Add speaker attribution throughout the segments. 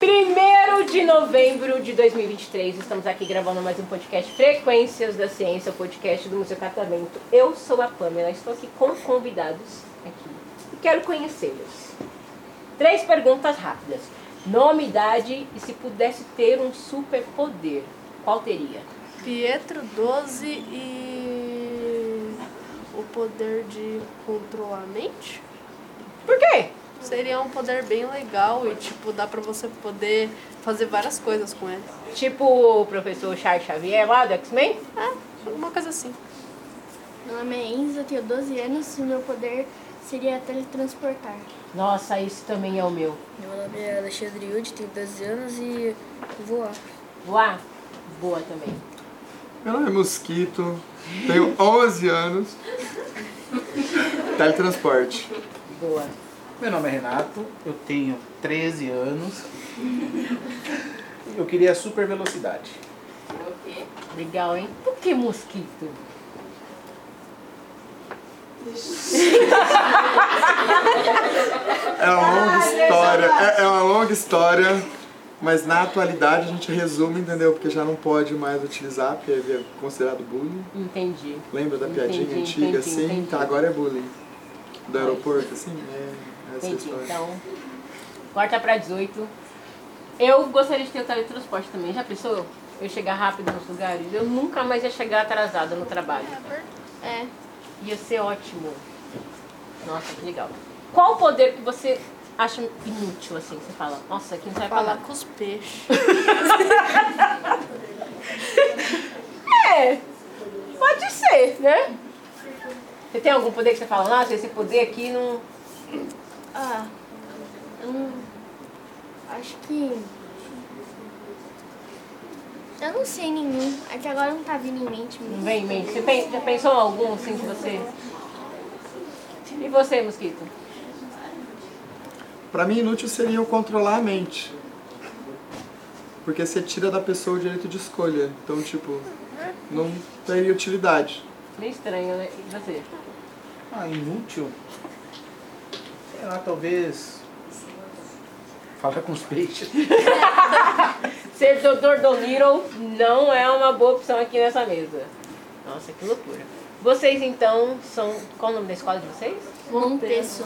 Speaker 1: 1 de novembro de 2023, estamos aqui gravando mais um podcast Frequências da Ciência, o podcast do Museu Catavento. Eu sou a Pamela, estou aqui com convidados aqui e quero conhecê-los. Três perguntas rápidas. Nome, idade e se pudesse ter um superpoder, qual teria?
Speaker 2: Pietro 12 e o poder de controlar a mente
Speaker 1: Por quê?
Speaker 2: seria um poder bem legal e tipo dá pra você poder fazer várias coisas com ele.
Speaker 1: Tipo o professor Charles Xavier lá do X-Men?
Speaker 2: É, alguma coisa assim.
Speaker 3: Meu nome é Enzo, eu tenho 12 anos e meu poder seria teletransportar.
Speaker 1: Nossa, isso também é o meu.
Speaker 4: Meu nome é Alexandre Yud, tenho 12 anos e voar.
Speaker 1: Voar? Boa também.
Speaker 5: Meu nome é Mosquito, tenho 11 anos. Teletransporte.
Speaker 1: Boa.
Speaker 6: Meu nome é Renato, eu tenho 13 anos. Eu queria super velocidade.
Speaker 1: Legal, hein? Por que mosquito?
Speaker 5: É uma
Speaker 1: Ah,
Speaker 5: longa história, é, é uma longa história, mas na atualidade a gente resume, entendeu? Porque já não pode mais utilizar, porque é considerado bullying.
Speaker 1: Entendi.
Speaker 5: Lembra da
Speaker 1: Entendi,
Speaker 5: piadinha antiga
Speaker 1: entendi,
Speaker 5: assim?
Speaker 1: entendi.
Speaker 5: Tá, agora é bullying. Do aeroporto, assim? É, é essa
Speaker 1: Entendi.
Speaker 5: história.
Speaker 1: Então, corta pra 18. Eu gostaria de ter o teletransporte também. Já pensou eu chegar rápido nos lugares? Eu nunca mais ia chegar atrasada no trabalho.
Speaker 3: É,
Speaker 1: Ia ser ótimo. Nossa, que legal. Qual o poder que você acha inútil, assim? que Você fala, nossa, aqui não vai falar.
Speaker 2: Falar com os peixes.
Speaker 1: É, pode ser, né? Você tem algum poder que você fala, nossa, esse poder aqui não...
Speaker 3: ah, eu não, acho que... Eu não sei nenhum, até agora não tá vindo em mente
Speaker 1: Não
Speaker 3: mesmo.
Speaker 1: vem em mente. Você pen- já pensou em algum assim que você. E você, mosquito?
Speaker 5: Pra mim, inútil seria eu controlar a mente. Porque você tira da pessoa o direito de escolha. Então, tipo, não teria utilidade.
Speaker 1: Meio estranho, né? E você?
Speaker 6: Ah, inútil? Sei lá, talvez. Falar com os peixes.
Speaker 1: Ser doutor do Little não é uma boa opção aqui nessa mesa. Nossa, que loucura. Vocês então são. Qual o nome da escola de vocês?
Speaker 3: Monteço.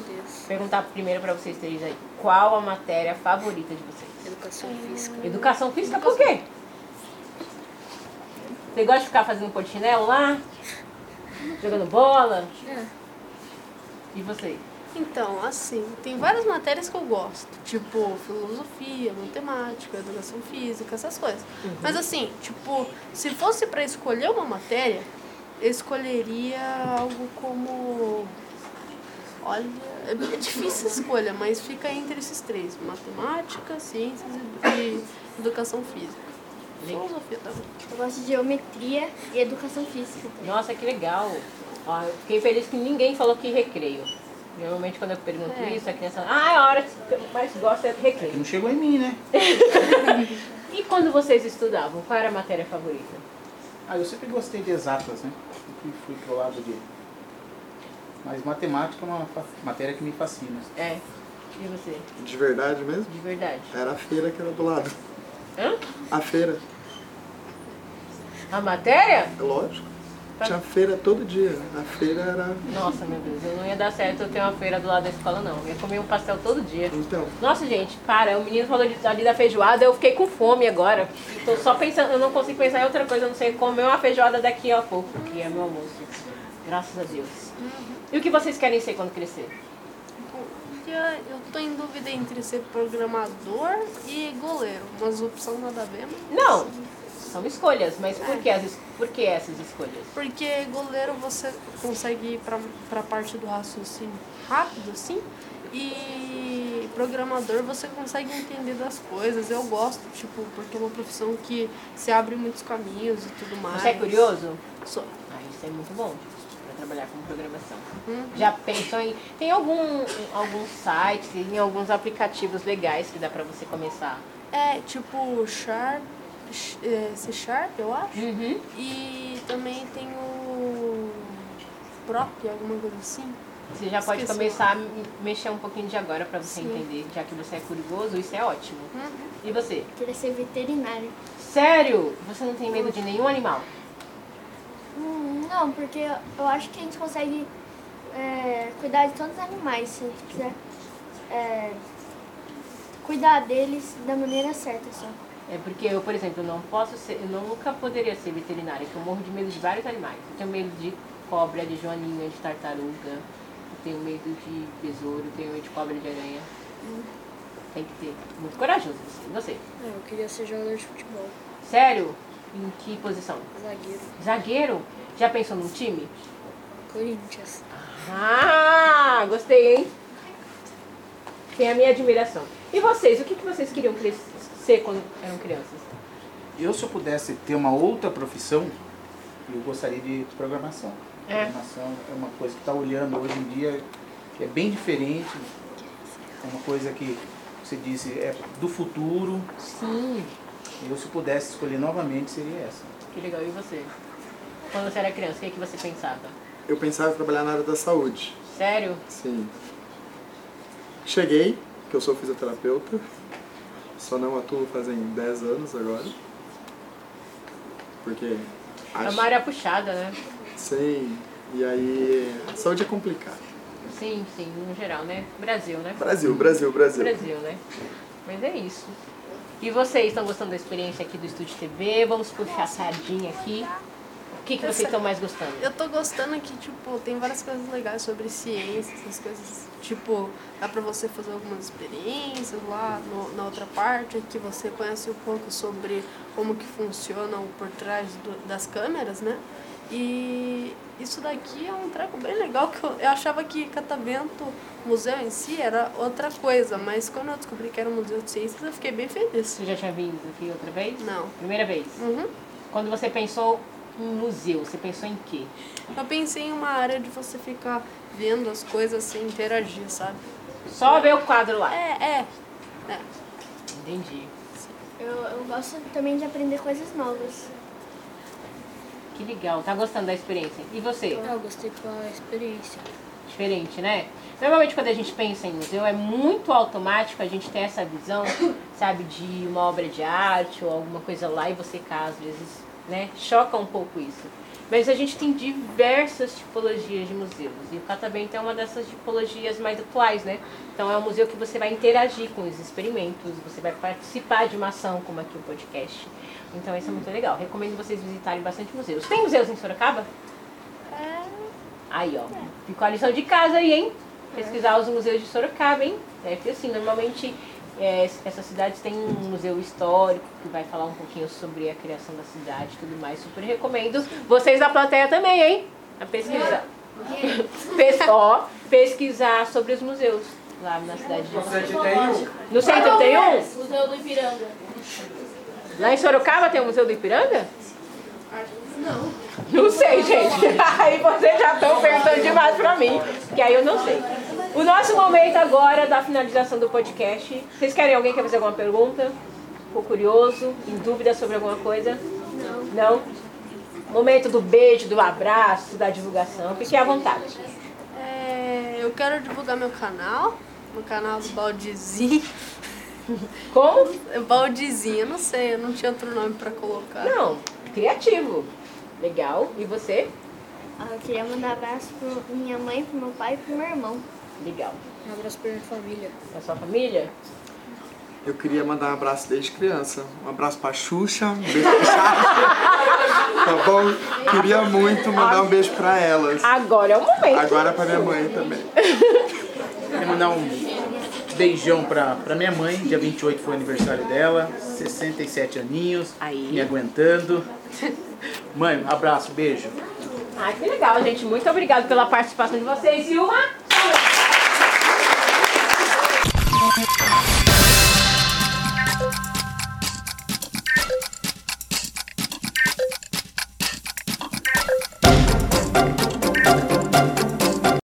Speaker 1: Perguntar primeiro pra vocês três aí. Qual a matéria favorita de vocês?
Speaker 4: Educação física.
Speaker 1: Educação física por quê? Você gosta de ficar fazendo polichinelo lá? Jogando bola?
Speaker 4: É.
Speaker 1: E você?
Speaker 2: Então, assim, tem várias matérias que eu gosto, tipo filosofia, matemática, educação física, essas coisas. Mas assim, tipo, se fosse pra escolher uma matéria, eu escolheria algo como Olha, é é difícil a escolha, mas fica entre esses três: matemática, ciências e e educação física. Filosofia também.
Speaker 3: Eu gosto de geometria e educação física.
Speaker 1: Nossa, que legal. Ó, eu fiquei feliz que ninguém falou que recreio. Normalmente quando eu pergunto
Speaker 2: É.
Speaker 1: isso, a criança fala, ah, é a hora que eu mais gosto é do
Speaker 6: Que
Speaker 1: recreio.
Speaker 6: não chegou em mim, né?
Speaker 1: E quando vocês estudavam, qual era a matéria favorita?
Speaker 6: Ah, eu sempre gostei de exatas, né? Sempre fui pro lado de. Mas matemática é uma fa- matéria que me fascina. assim.
Speaker 1: É. E você?
Speaker 5: De verdade mesmo?
Speaker 1: De verdade.
Speaker 5: Era a feira que era do lado.
Speaker 1: Hã?
Speaker 5: A feira,
Speaker 1: A matéria?
Speaker 5: é lógico. Tinha feira todo dia. A feira era.
Speaker 1: Nossa, meu Deus, eu não ia dar certo eu ter uma feira do lado da escola, não. Eu ia comer um pastel todo dia.
Speaker 5: Então,
Speaker 1: Nossa, gente, para, o menino falou de, ali da feijoada, eu fiquei com fome agora. Tô só pensando, eu não consigo pensar em outra coisa, a não sei comer uma feijoada daqui a pouco, que é meu almoço. Graças a Deus. E o que vocês querem ser quando crescer?
Speaker 2: Olha, Eu tô em dúvida entre ser programador e goleiro. Umas opções nada a ver, mas.
Speaker 1: Não, são escolhas, mas por que, as, es- por que essas escolhas?
Speaker 2: Porque goleiro você consegue ir pra, pra parte do raciocínio rápido, assim. E programador você consegue entender das coisas. Eu gosto, tipo, porque é uma profissão que se abre muitos caminhos e tudo mais.
Speaker 1: Você é curioso?
Speaker 2: Sou.
Speaker 1: Ah, isso é muito bom para trabalhar com programação. Já pensou em. Tem algum, alguns sites, em alguns aplicativos legais que dá pra você começar?
Speaker 2: É, tipo, Sharp, sh- é, C Sharp, eu acho.
Speaker 1: Uhum.
Speaker 2: E também tem o Prop, alguma coisa assim.
Speaker 1: Você já pode
Speaker 2: Esqueci.
Speaker 1: começar a m- mexer um pouquinho de agora pra você
Speaker 2: Sim. Uhum.
Speaker 1: entender, já que você é curioso, isso é ótimo. E você?
Speaker 3: Queria é ser veterinário.
Speaker 1: Sério? Você não tem medo de nenhum animal?
Speaker 3: Hum, não, porque eu acho que a gente consegue é, cuidar de todos os animais, se a gente quiser é, cuidar deles da maneira certa só.
Speaker 1: É porque eu, por exemplo, não posso ser, eu nunca poderia ser veterinária, porque eu morro de medo de vários animais. Eu tenho medo de cobra, de joaninha, de tartaruga, eu tenho medo de besouro, eu tenho medo de cobra de aranha.
Speaker 2: Hum.
Speaker 1: Tem que ter. Muito corajoso você. E Você.
Speaker 4: É, eu queria ser jogador de futebol,
Speaker 1: Sério? Em que posição?
Speaker 4: zagueiro.
Speaker 1: Zagueiro? Já pensou num time?
Speaker 4: Corinthians.
Speaker 1: Ah, gostei, hein? Tem a minha admiração. E vocês, o que, que vocês queriam cres- ser quando eram crianças?
Speaker 6: Eu, se eu pudesse ter uma outra profissão, eu gostaria de programação.
Speaker 1: É.
Speaker 6: Programação é uma coisa que está olhando hoje em dia, que é bem diferente. É uma coisa que, você disse, é do futuro.
Speaker 1: Sim.
Speaker 6: Eu, se pudesse escolher novamente, seria essa.
Speaker 1: Que legal. E você? Quando você era criança, o que, que você pensava?
Speaker 5: Eu pensava em trabalhar na área da saúde.
Speaker 1: Sério?
Speaker 5: Sim. Cheguei, que eu sou fisioterapeuta. Só não atuo fazem 10 anos agora. Porque
Speaker 1: É uma área puxada, né?
Speaker 5: Sim. E aí. Saúde é complicado.
Speaker 1: Sim, sim, no geral, né? Brasil, né?
Speaker 5: Brasil, Brasil, Brasil.
Speaker 1: Brasil, né? Mas é isso. E vocês estão gostando da experiência aqui do Estúdio TV? Vamos puxar a sardinha aqui. O que, que vocês estão mais gostando?
Speaker 2: Eu tô gostando que, tipo, tem várias coisas legais sobre ciência, essas coisas. Tipo, dá pra você fazer algumas experiências lá no- na outra parte, que você conhece um pouco sobre como que funcionam por trás do- das câmeras, né? E isso daqui é um treco bem legal, que eu, eu achava que catavento, museu em si, era outra coisa, mas quando eu descobri que era um museu de ciências, eu fiquei bem feliz.
Speaker 1: Você já tinha vindo aqui outra vez?
Speaker 2: Não.
Speaker 1: Primeira vez?
Speaker 2: Uhum.
Speaker 1: Quando você pensou em museu, você pensou em quê?
Speaker 2: Eu pensei em uma área de você ficar vendo as coisas sem interagir, sabe?
Speaker 1: Só ver o quadro lá.
Speaker 2: É, é.
Speaker 1: Entendi.
Speaker 3: Eu, eu gosto também de aprender coisas novas.
Speaker 1: Que legal, tá gostando da experiência. E você?
Speaker 4: Ah, eu gostei pela experiência.
Speaker 1: Diferente, né? Normalmente quando a gente pensa em museu é muito automático, a gente tem essa visão, sabe, de uma obra de arte ou alguma coisa lá e você cá, às vezes, né? Choca um pouco isso. Mas a gente tem diversas tipologias de museus. E o Catavento é uma dessas tipologias mais atuais, né? Então é um museu que você vai interagir com os experimentos, você vai participar de uma ação, como aqui o podcast. Então isso é muito legal. Recomendo vocês visitarem bastante museus. Tem museus em Sorocaba? Aí, ó. Ficou a lição de casa aí, hein? Pesquisar os museus de Sorocaba, hein? É porque assim, normalmente é, essas cidades têm um museu histórico que vai falar um pouquinho sobre a criação da cidade e tudo mais. Super recomendo. Vocês da plateia também, hein? A pesquisa. Pes- ó, pesquisar sobre os museus lá na cidade de No centro tem um?
Speaker 7: Museu do Ipiranga.
Speaker 1: Lá em Sorocaba tem o Museu do Ipiranga? Não. Não sei, gente. Aí vocês já estão perguntando demais pra mim, que aí eu não sei. O nosso momento agora da finalização do podcast. Vocês querem alguém quer fazer alguma pergunta? Ficou curioso? Em dúvida sobre alguma coisa? Não. Não? Momento do beijo, do abraço, da divulgação. Fiquem à vontade.
Speaker 2: É, eu quero divulgar meu canal, meu canal do Baldizinho.
Speaker 1: Como?
Speaker 2: Baldizinho, eu não sei, eu não tinha outro nome pra colocar.
Speaker 1: Não. Criativo. Legal. E você?
Speaker 3: Ah, Eu queria mandar abraço para minha mãe, pro meu pai e pro meu irmão.
Speaker 1: Legal.
Speaker 4: Um abraço pra minha família.
Speaker 1: Pra sua família?
Speaker 5: Eu queria mandar um abraço desde criança. Um abraço pra Xuxa, um beijo pra Xuxa. tá bom? Queria muito mandar um beijo pra elas.
Speaker 1: Agora é o momento.
Speaker 5: Agora pra minha mãe também.
Speaker 6: Quero mandar um beijão pra, pra minha mãe, dia 28 foi o aniversário dela, 67 aninhos,
Speaker 1: Aí.
Speaker 6: me aguentando. Mãe, abraço, beijo.
Speaker 1: Ah, que legal, gente. Muito obrigada pela participação de vocês. E uma